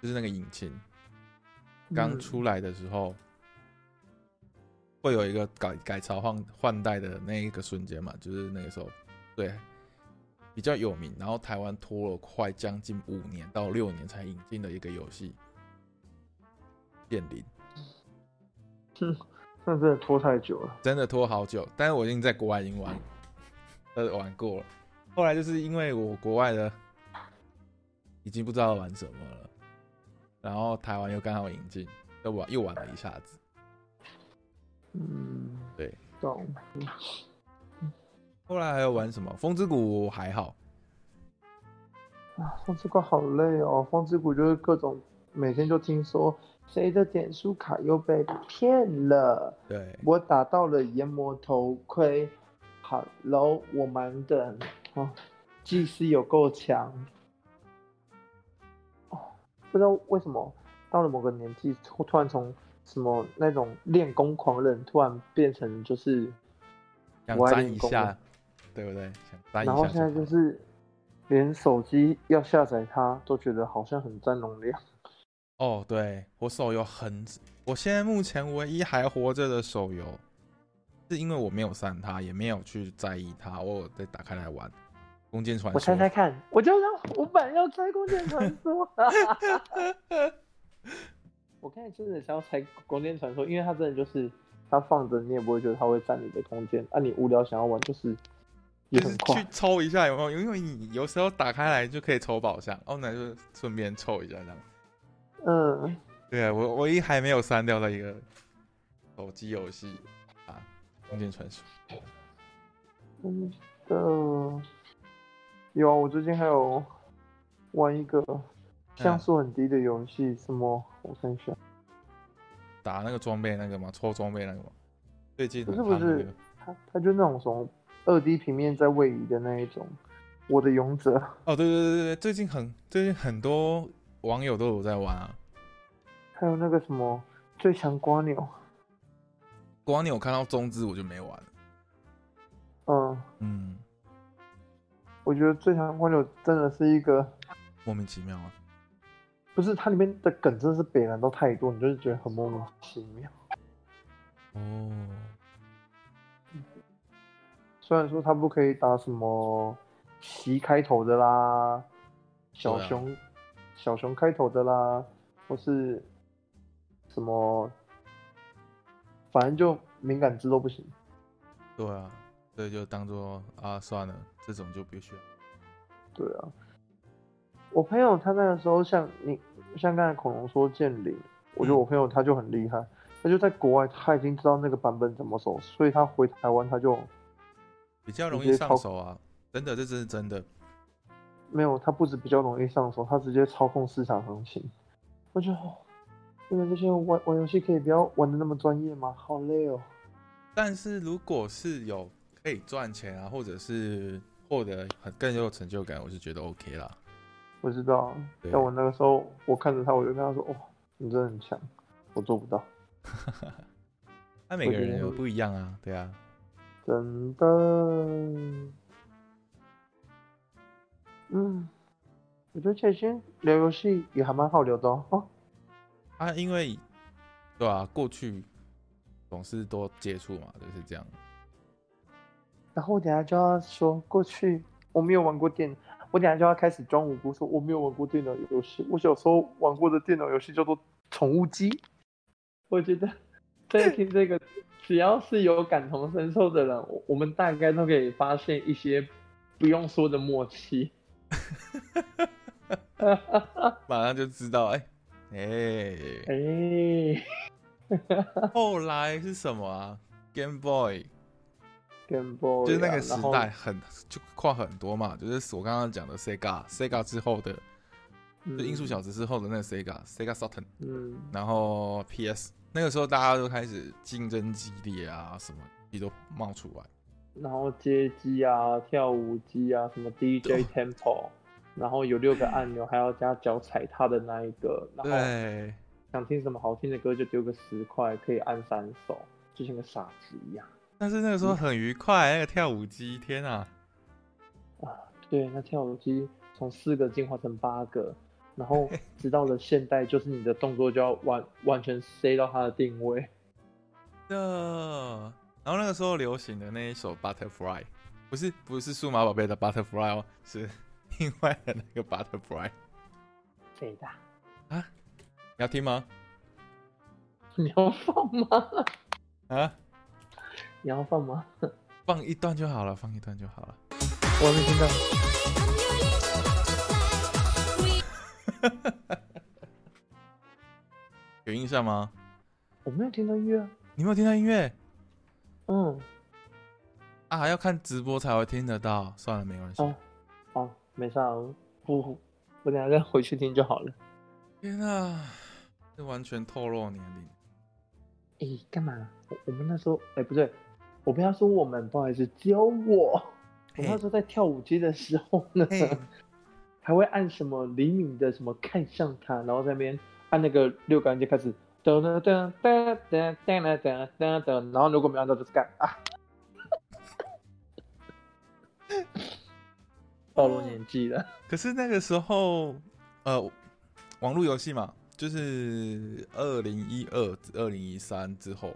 Speaker 2: 就是那个引擎
Speaker 1: 嗯
Speaker 2: 刚出来的时候，会有一个改改朝换换代的那一个瞬间嘛，就是那个时候，对，比较有名。然后台湾拖了快将近五年到六年才引进的一个游戏，《剑灵》
Speaker 1: 嗯，那真的拖太久了。
Speaker 2: 真的拖好久，但是我已经在国外已经 玩，呃，玩过了。后来就是因为我国外的已经不知道玩什么了，然后台湾又刚好引进，又玩又玩了一下子。
Speaker 1: 嗯，
Speaker 2: 对，
Speaker 1: 懂。
Speaker 2: 后来还有玩什么《风之谷》还好，
Speaker 1: 啊，风之谷好累哦，风之谷就是各种每天就听说谁的点数卡又被骗了，
Speaker 2: 对，
Speaker 1: 我打到了研磨头盔，好喽，我们的哦，技师有够强。哦，不知道为什么到了某个年纪，突突然从什么那种练功狂人，突然变成就是
Speaker 2: 想
Speaker 1: 我爱
Speaker 2: 沾
Speaker 1: 练
Speaker 2: 一
Speaker 1: 功
Speaker 2: 下
Speaker 1: 了，
Speaker 2: 对不对？想沾
Speaker 1: 然
Speaker 2: 一下好
Speaker 1: 后
Speaker 2: 了。
Speaker 1: 现在就是连手机要下载它都觉得好像很占容量。
Speaker 2: 哦，对我手游很，我现在目前唯一还活着的手游，是因为我没有删它，也没有去在意它，我有再打开来玩《弓箭传
Speaker 1: 我
Speaker 2: 说
Speaker 1: 猜猜》。看，我就要我本来要猜光剑传说， 我刚才真的想要猜光剑传说，因为它真的就是它放着你也不会觉得它会占你的空间，啊，你无聊想要玩就是也
Speaker 2: 就是
Speaker 1: 很
Speaker 2: 去
Speaker 1: 快，
Speaker 2: 抽一下有没有？因为你有时候打开来就可以抽宝箱，哦，那就顺便抽一下这样。
Speaker 1: 嗯，
Speaker 2: 对啊，我唯一还没有删掉的一个手机游戏啊，《弓箭传说》。
Speaker 1: 真的有啊，我最近还有玩一个像素很低的游戏，什么我看一下，
Speaker 2: 打那个装备那个嘛，抽装备那个嘛，最近
Speaker 1: 不
Speaker 2: 很
Speaker 1: 是不
Speaker 2: 夯的那
Speaker 1: 是
Speaker 2: 个。，
Speaker 1: 它它就那种什么二 D 平面在位移的那一种，我的勇者。
Speaker 2: 哦，对对对对，对最近很最近很多网友都有在玩啊。
Speaker 1: 还有那个什么最强瓜牛，
Speaker 2: 光你有看到中资我就没玩。
Speaker 1: 嗯，
Speaker 2: 嗯，
Speaker 1: 我觉得最强瓜牛真的是一个，
Speaker 2: 莫名其妙啊。
Speaker 1: 不是它里面的梗真的是北南到太多，你就是觉得很莫名其妙。
Speaker 2: 哦，
Speaker 1: 虽然说它不可以打什么奇开头的啦，小
Speaker 2: 对啊
Speaker 1: 熊、小熊开头的啦，或是什么，反正就敏感字都不行。
Speaker 2: 对啊，所以就当做啊算了，这种就必须。
Speaker 1: 对啊，我朋友他那个时候像你像刚才恐龙说剑灵，我觉得我朋友他就很厉害，他就在国外，他已经知道那个版本怎么走，所以他回台湾他就
Speaker 2: 比较容
Speaker 1: 直
Speaker 2: 易
Speaker 1: 接
Speaker 2: 上
Speaker 1: 超
Speaker 2: 手啊。真的，这真是真的。
Speaker 1: 没有，他不止比较容易上手，他直接操控市场行情。我觉得，哦原来这些人玩玩游戏可以不要玩的那么专业吗？好累哦。
Speaker 2: 但是如果是有可以赚钱啊，或者是获得很更有成就感，我是觉得 OK 啦。
Speaker 1: 我知道，
Speaker 2: 对啊
Speaker 1: 但我那个时候我看着他，我就跟他说：“哇、哦你真的很强，我做不到，
Speaker 2: 那每个人有不一样啊，对啊。
Speaker 1: 真的。”嗯，我觉得这些聊游戏也还蛮好聊的哦。哦
Speaker 2: 啊，因为对啊，过去总是多接触嘛，就是这样。
Speaker 1: 然后我等一下就要说，过去我没有玩过电，我等一下就要开始装无辜，说我没有玩过电脑游戏。我小时候玩过的电脑游戏叫做宠物机。我觉得在听这个，只要是有感同身受的人，我我们大概都可以发现一些不用说的默契。
Speaker 2: 马上就知道，哎、哎、
Speaker 1: 哎、
Speaker 2: 后来是什么啊？Game Boy，
Speaker 1: 跟 boy，、啊、
Speaker 2: 就是那个时
Speaker 1: 然后
Speaker 2: 代很就跨很多嘛，就是我刚刚讲的 Sega，Sega 之后的，就音速小，子之后的那个 Sega，Sega Saturn，
Speaker 1: 嗯嗯，
Speaker 2: 然后 PS，那个时候大家都开始竞争激烈啊，什么也都冒出来。
Speaker 1: 然后街机啊、跳舞机啊、 什么 DJ Temple，然后有六个按钮，还要加脚踩踏的那一个，然后
Speaker 2: 对，
Speaker 1: 想听什么好听的歌就丢个十块，可以按三首，就像个傻子一样
Speaker 2: 但是那个时候很愉快，那个跳舞机，天啊！
Speaker 1: 啊！对，那跳舞机从四个进化成八个，然后 直到了现代，就是你的动作就要完完全塞到它的定位。
Speaker 2: 的。然后那个时候流行的那一首《Butterfly》，不是不是数码宝贝的《Butterfly》哦，是另外的那个《Butterfly》。
Speaker 1: 谁的啊？
Speaker 2: 你要听吗？
Speaker 1: 你要放吗？
Speaker 2: 啊，
Speaker 1: 你要放吗？
Speaker 2: 放一段就好了，放一段就好了。
Speaker 1: 我还没听到。
Speaker 2: 有印象吗？
Speaker 1: 我没有听到音乐啊。
Speaker 2: 你没有听到音乐
Speaker 1: 嗯，
Speaker 2: 啊？要看直播才会听得到。算了，没关系。
Speaker 1: 哦哦，没事啊，不，我等一下再回去听就好了。
Speaker 2: 天啊，这完全透露年龄。
Speaker 1: 哎、干嘛？我我们那时候，哎、不对，我不要说我们，不好意思，只有我。我那时候在跳舞机的时候呢，
Speaker 2: 嘿嘿
Speaker 1: 还会按什么李敏的什么看向他，然后在那边按那个六个按键开始，噔噔噔噔噔噔噔噔噔，然后如果没按到就是干啊。 暴露年纪了，
Speaker 2: 可是那个时候，呃，网络游戏嘛，就是二零一二、二零一三之后，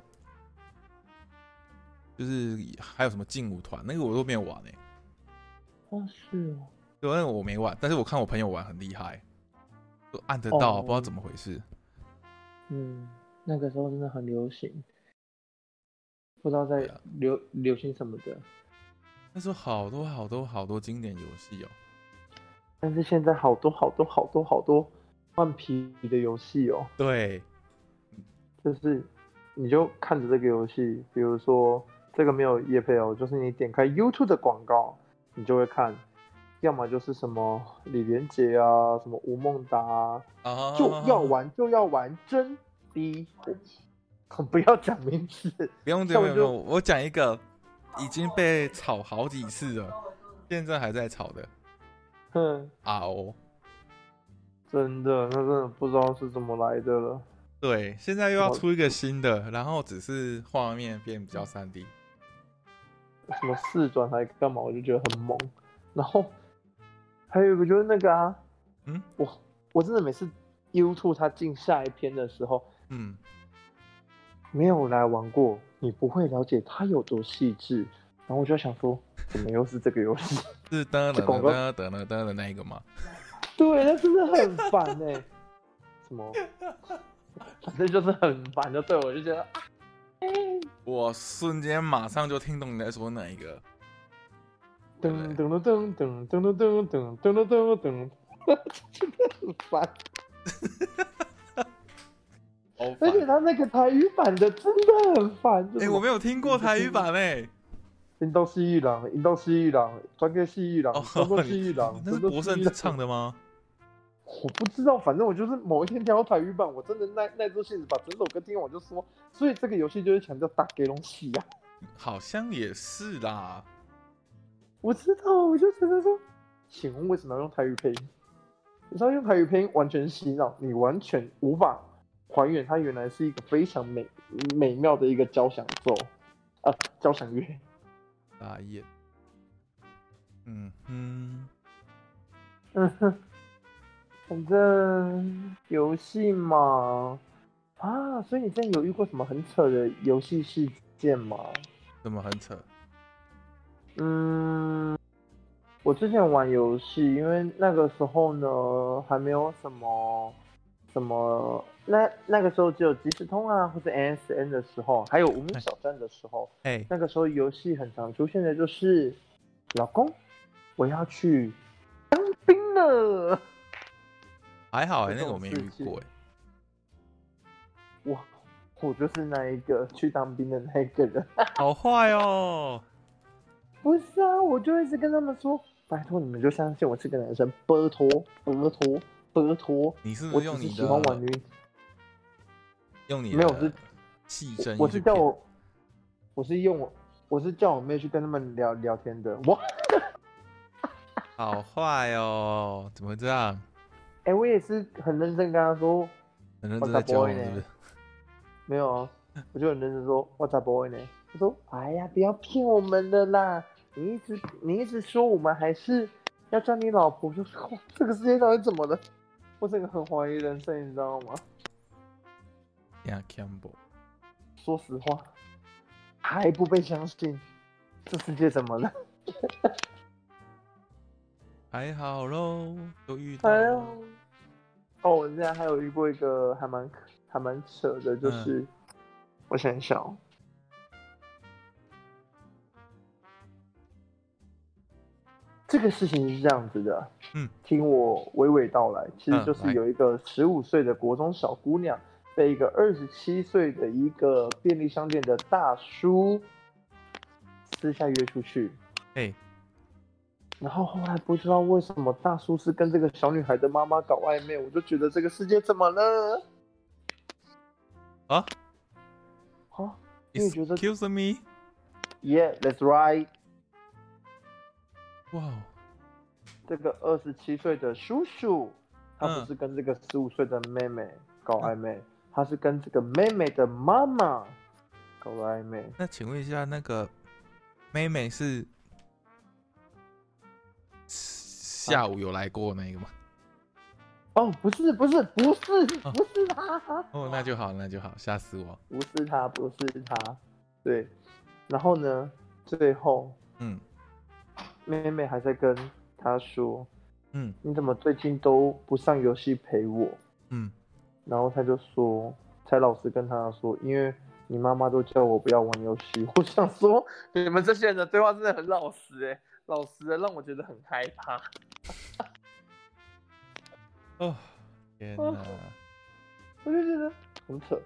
Speaker 2: 就是还有什么劲舞团，那个我都没有玩诶、欸。
Speaker 1: 哦是哦，
Speaker 2: 对，那个我没玩，但是我看我朋友玩很厉害，都按得到，
Speaker 1: 哦
Speaker 2: 不知道怎么回事。
Speaker 1: 嗯，那个时候真的很流行，不知道在
Speaker 2: 对啊
Speaker 1: 流流行什么的。
Speaker 2: 那时候好多好多好多经典游戏哦，
Speaker 1: 但是现在好多好多好多好多换皮的游戏哦，
Speaker 2: 对，
Speaker 1: 就是你就看着这个游戏，比如说这个没有夜配哦，就是你点开 YouTube 的广告，你就会看，要么就是什么李连杰啊，什么吴孟达、啊，
Speaker 2: 啊，
Speaker 1: 就要，玩就要玩真的， 我不要讲名字，
Speaker 2: 不用不
Speaker 1: 像
Speaker 2: 用
Speaker 1: 我
Speaker 2: 不
Speaker 1: 就
Speaker 2: 用，我讲一个已经被炒好几次了，现在还在炒的
Speaker 1: 哼，
Speaker 2: RO。
Speaker 1: 真的，那真的不知道是怎么来的了。
Speaker 2: 对，现在又要
Speaker 1: 然后
Speaker 2: 出一个新的，然后只是画面变比较三 D。
Speaker 1: 什么四转台干嘛，我就觉得很猛。然后还有一个就是那个啊，
Speaker 2: 嗯，
Speaker 1: 我我真的每次 YouTube 它进下一篇的时候，
Speaker 2: 嗯，
Speaker 1: 没有来玩过，你不会了解它有多细致。然后我就想说，怎么又是这个游戏？
Speaker 2: 是噔噔
Speaker 1: 这广告
Speaker 2: 噔噔噔噔的那一个吗？
Speaker 1: 对，那真的很烦哎、什么？反正就是很烦，就对我就觉得啊，
Speaker 2: 我瞬间马上就听懂你在说哪一个。对不
Speaker 1: 噔
Speaker 2: 对
Speaker 1: 噔噔噔噔噔噔噔噔噔噔噔，真的很烦。
Speaker 2: 哦，
Speaker 1: 而且他那个台语版的真的很烦。
Speaker 2: 哎、我没有听过台语版哎、
Speaker 1: 引导西域郎，引导西域郎，转给西域郎，转给西域郎。
Speaker 2: 哦 那是博胜唱
Speaker 1: 的，
Speaker 2: 的吗？
Speaker 1: 我不知道，反正我就是某一天挑台语版，我真的耐耐住性子把整首歌听完，我就说，所以这个游戏就是强调打给龙戏啊。
Speaker 2: 好像也是啦。
Speaker 1: 我知道，我就觉得说，请问为什么要用台语配音？你知道用台语配音完全洗脑，你完全无法还原它原来是一个非常美美妙的一个交响奏啊，交响乐。
Speaker 2: 大雁，嗯哼，
Speaker 1: 嗯哼，反正游戏嘛，啊，所以你之前有遇过什么很扯的游戏事件吗？
Speaker 2: 怎么很扯？
Speaker 1: 嗯，我之前玩游戏，因为那个时候呢，还没有什么什么，那那个时候只有即时通啊，或者 NSN 的时候，还有无名小站的时候，
Speaker 2: 哎、
Speaker 1: 那个时候游戏很常出现的就是，老公，我要去当兵了。
Speaker 2: 还好哎、
Speaker 1: 这
Speaker 2: 那个我
Speaker 1: 种
Speaker 2: 没
Speaker 1: 事
Speaker 2: 遇
Speaker 1: 情
Speaker 2: 过哎、
Speaker 1: 哇，我就是那一个去当兵的那一个人。
Speaker 2: 好坏哦。
Speaker 1: 不是啊，我就一直跟他们说，拜托你们就相信我是个男生，拜托，拜托，拜托。
Speaker 2: 你是不
Speaker 1: 我
Speaker 2: 是
Speaker 1: 只
Speaker 2: 嗯用
Speaker 1: 是
Speaker 2: 你
Speaker 1: 喜欢玩
Speaker 2: 的
Speaker 1: 女，
Speaker 2: 用你的
Speaker 1: 没有我是
Speaker 2: 细声
Speaker 1: 我
Speaker 2: 音去骗？
Speaker 1: 是叫我，我是用我，我是叫我妹去跟他们聊聊天的。哇，
Speaker 2: 好坏哦，怎么会这样？
Speaker 1: 哎、我也是很认真跟他说，
Speaker 2: 很认
Speaker 1: 我
Speaker 2: 真
Speaker 1: 才
Speaker 2: 在
Speaker 1: 不
Speaker 2: 交往
Speaker 1: 会
Speaker 2: 是不
Speaker 1: 呢
Speaker 2: 是？
Speaker 1: 没有啊，我就很认真说 What's up boy 呢？他说哎呀，不要骗我们的啦，你一直你一直说我们还是要叫你老婆，我就说哇这个世界到底怎么了？我整个很怀疑人生，你知道吗？
Speaker 2: 呀，Campbell，
Speaker 1: 说实话，还不被相信，这世界怎么了？
Speaker 2: 还好喽，都遇到
Speaker 1: 哎
Speaker 2: 了
Speaker 1: 呦，哦，我之前还有遇过一个还蛮还蛮扯的，
Speaker 2: 嗯
Speaker 1: 就是、我想一想哦，这个事情是这样子的，
Speaker 2: 嗯，
Speaker 1: 听我娓娓道来，其实
Speaker 2: 嗯
Speaker 1: 就是
Speaker 2: 来
Speaker 1: 有一个十五岁的国中小姑娘被一个二十七岁的一个便利商店的大叔私下约出去，
Speaker 2: 哎、
Speaker 1: 然后后来不知道为什么大叔是跟这个小女孩的妈妈搞暧昧，我就觉得这个世界怎么了？
Speaker 2: 啊
Speaker 1: 啊因为觉得
Speaker 2: ，Excuse me，
Speaker 1: ，Yeah，that's right。
Speaker 2: 哇哦，
Speaker 1: 这个二十七岁的叔叔，他不
Speaker 2: 嗯
Speaker 1: 是跟这个十五岁的妹妹搞暧昧，他是跟这个妹妹的妈妈搞了暧昧。
Speaker 2: 那请问一下，那个妹妹是下午有来过那个吗？
Speaker 1: 哦，不是，不是，不是，
Speaker 2: 啊
Speaker 1: 不是他。
Speaker 2: 哦，那就好，那就好，吓死我。
Speaker 1: 不是他，不是他，对。然后呢，最后
Speaker 2: 嗯
Speaker 1: 妹妹还在跟他说
Speaker 2: 嗯：“
Speaker 1: 你怎么最近都不上游戏陪我
Speaker 2: 嗯，？”
Speaker 1: 然后他就说，才老实跟他说，因为你妈妈都叫我不要玩游戏。我想说，你们这些人的对话真的很老实哎、老实的让我觉得很害怕。
Speaker 2: 哦，天
Speaker 1: 哦
Speaker 2: 哪，
Speaker 1: 我就觉得很扯，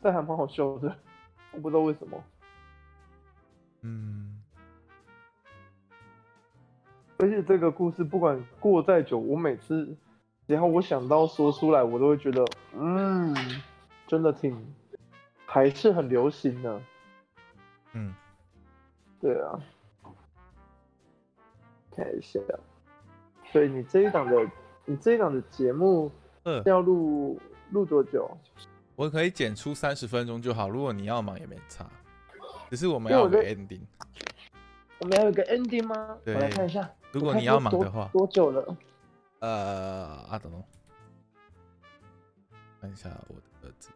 Speaker 1: 但还蛮好笑的，我不知道为什么。
Speaker 2: 嗯，
Speaker 1: 而且这个故事不管过再久，我每次只要我想到说出来，我都会觉得，嗯，真的挺还是很流行的。
Speaker 2: 嗯，
Speaker 1: 对啊，看一下。所以你这一档的，你这一档的节目
Speaker 2: 呃，
Speaker 1: 要录录多久？
Speaker 2: 我可以剪出三十分钟就好，如果你要忙也没差，只是我们
Speaker 1: 因为
Speaker 2: 要
Speaker 1: 我
Speaker 2: 有个
Speaker 1: 觉
Speaker 2: ending。
Speaker 1: 我们要有个 ending 吗？我
Speaker 2: 对
Speaker 1: 来看一下。
Speaker 2: 如
Speaker 1: 我
Speaker 2: 果
Speaker 1: 看
Speaker 2: 你要
Speaker 1: 多
Speaker 2: 忙的话，
Speaker 1: 多多久了？
Speaker 2: 呃，阿等等，看一下我的字，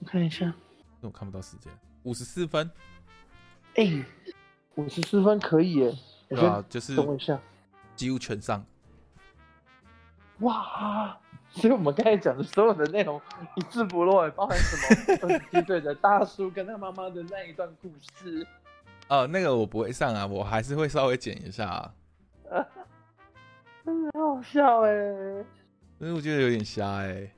Speaker 1: 我看一下。
Speaker 2: 因为我看不到时间，五十四分，
Speaker 1: 哎、五十四分可以耶！我
Speaker 2: 对
Speaker 1: 先
Speaker 2: 吧？就是
Speaker 1: 等我一下。
Speaker 2: 几乎全上，
Speaker 1: 哇！所以我们刚才讲的所有的内容一字不落，包含什 么二十七岁的大叔跟他妈妈的那一段故事。
Speaker 2: 呃，那个我不会上啊，我还是会稍微剪一下、啊，
Speaker 1: 真的很好笑哎、
Speaker 2: 因为我觉得有点瞎哎、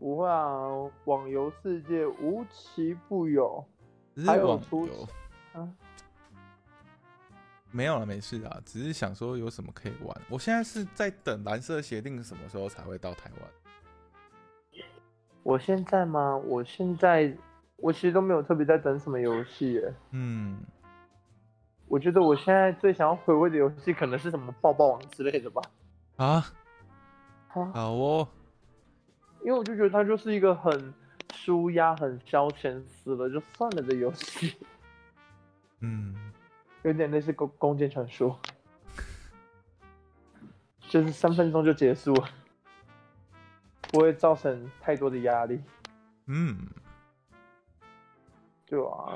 Speaker 1: 不会啊，网游世界无奇不有。
Speaker 2: 只是
Speaker 1: 还有
Speaker 2: 网
Speaker 1: 出
Speaker 2: 游
Speaker 1: 啊，
Speaker 2: 没有了，没事啊，只是想说有什么可以玩。我现在是在等蓝色协定什么时候才会到台湾。
Speaker 1: 我现在吗？我现在我其实都没有特别在等什么游戏耶。
Speaker 2: 嗯，
Speaker 1: 我觉得我现在最想要回味的游戏可能是什么抱抱王之类的吧。
Speaker 2: 啊，
Speaker 1: 啊，
Speaker 2: 好哦，
Speaker 1: 因为我就觉得它就是一个很舒压、很消遣，死了就算了的游戏，
Speaker 2: 嗯，
Speaker 1: 有点类似弓弓箭传说，就是三分钟就结束了，不会造成太多的压力。
Speaker 2: 嗯，
Speaker 1: 对啊，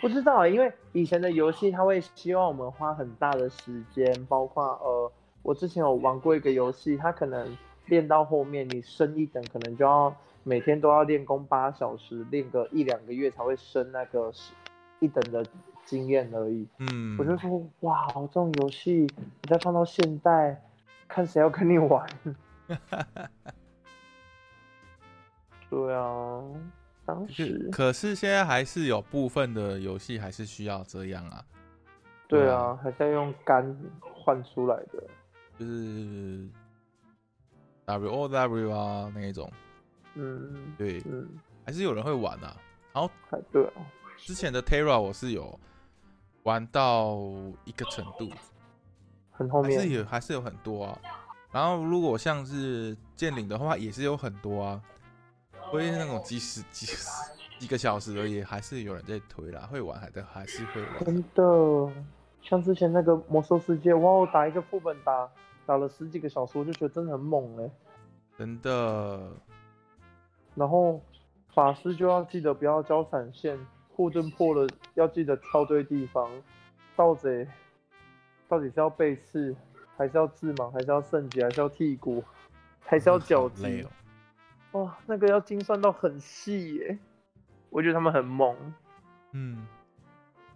Speaker 1: 不知道欸，因为以前的游戏它会希望我们花很大的时间，包括呃，我之前有玩过一个游戏，它可能练到后面你升一等，可能就要每天都要练功八小时，练个一两个月才会升那个十一等的经验而已。
Speaker 2: 嗯，
Speaker 1: 我就说，哇，这种游戏你再放到现代，看谁要跟你玩。对啊，当时
Speaker 2: 是，可是现在还是有部分的游戏还是需要这样啊，
Speaker 1: 对
Speaker 2: 对
Speaker 1: 啊
Speaker 2: 啊，
Speaker 1: 还是要用肝换出来的。
Speaker 2: 就是 W O W 啊那一种，
Speaker 1: 嗯
Speaker 2: 对，
Speaker 1: 嗯，
Speaker 2: 还是有人会玩啊。然后
Speaker 1: 还对啊，
Speaker 2: 之前的 Terra 我是有玩到一个程度，
Speaker 1: 很后
Speaker 2: 还是
Speaker 1: 面
Speaker 2: 有还是有很多啊。然后如果像是剑岭的话，也是有很多啊，会那种几十几十几个小时而已，还是有人在推啦，会玩还的还是会玩。
Speaker 1: 真的，像之前那个魔兽世界，哇，我打一个副本打打了十几个小时，我就觉得真的很猛哎、
Speaker 2: 真的，
Speaker 1: 然后法师就要记得不要交闪现，护盾破了要记得挑对地方。盗贼到底是要背刺，还是要致盲，还是要圣级，还是要剔骨，还是要
Speaker 2: 好
Speaker 1: 脚击
Speaker 2: 累哦？。
Speaker 1: 哇，那个要精算到很细耶，我觉得他们很猛。
Speaker 2: 嗯，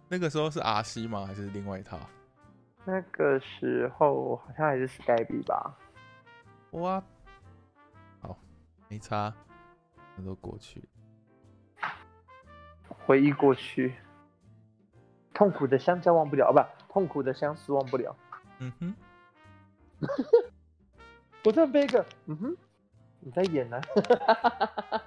Speaker 2: 那个时候是 R C 吗？还是另外一套？
Speaker 1: 那个时候好像还是史黛比吧，
Speaker 2: 哇，好，没差，那都过去了。
Speaker 1: 回忆过去，痛苦的相交忘不了，啊，不，痛苦的相思忘不了。
Speaker 2: 嗯哼，
Speaker 1: 我这边一个，嗯哼，你在演啊 呢、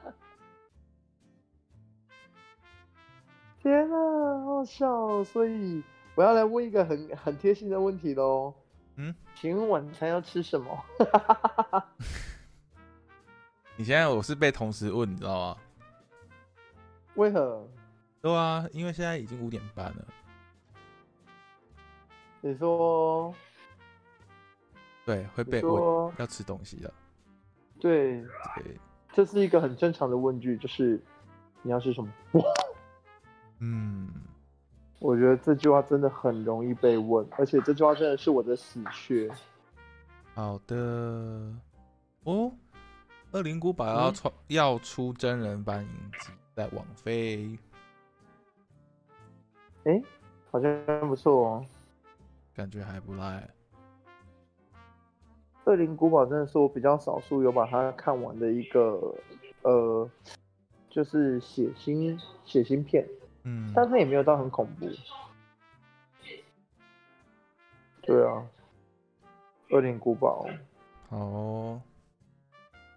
Speaker 1: 天啊，好笑、哦！所以我要来问一个很很贴心的问题喽。
Speaker 2: 嗯，
Speaker 1: 请问晚餐要吃什么？
Speaker 2: 你现在我是被同时问，你知道吗？
Speaker 1: 为何？
Speaker 2: 对啊，因为现在已经五点半了。
Speaker 1: 你说，
Speaker 2: 对，会
Speaker 1: 你
Speaker 2: 被问
Speaker 1: 说，
Speaker 2: 要吃东西了。
Speaker 1: 对，
Speaker 2: 对，
Speaker 1: 这是一个很正常的问句，就是你要吃什么？
Speaker 2: 嗯，
Speaker 1: 我觉得这句话真的很容易被问，而且这句话真的是我的死穴。
Speaker 2: 好的。哦，《恶灵古堡》要
Speaker 1: 嗯
Speaker 2: 出、要出真人版影集，在网飞，
Speaker 1: 哎，好像不错哦。
Speaker 2: 感觉还不赖。
Speaker 1: 《恶灵古堡》真的是我比较少数有把它看完的一个，呃，就是血腥血腥片，
Speaker 2: 嗯，
Speaker 1: 但是也没有到很恐怖。对啊，《恶灵古堡》
Speaker 2: 好哦。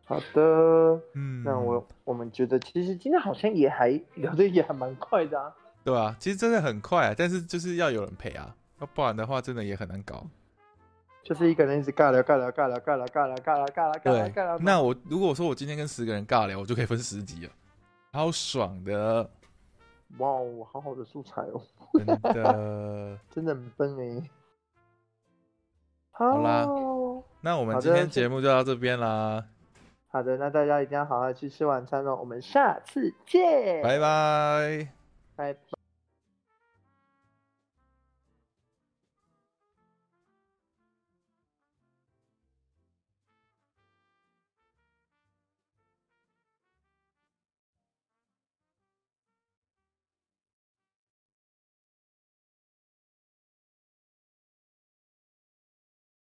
Speaker 1: 好的，
Speaker 2: 嗯，
Speaker 1: 那我我们觉得其实今天好像也还聊的也还蛮快的啊。
Speaker 2: 对啊，其实真的很快、啊，但是就是要有人陪啊，要不然的话真的也很难搞。
Speaker 1: 就是一个人一直尬聊尬聊尬聊尬聊尬聊尬聊尬聊尬聊
Speaker 2: 对
Speaker 1: 尬聊。，
Speaker 2: 那我如果说我今天跟十个人尬聊，我就可以分十集了，超爽的，
Speaker 1: 哇哦，好好的素材哦，
Speaker 2: 真 的。
Speaker 1: 真的很笨哎。
Speaker 2: 好啦
Speaker 1: 好
Speaker 2: 那我们
Speaker 1: 好的
Speaker 2: 今天节目就到这边啦，
Speaker 1: 好的，那大家一定要好好去吃晚餐哦，我们下次见，
Speaker 2: 拜拜。
Speaker 1: 拜拜。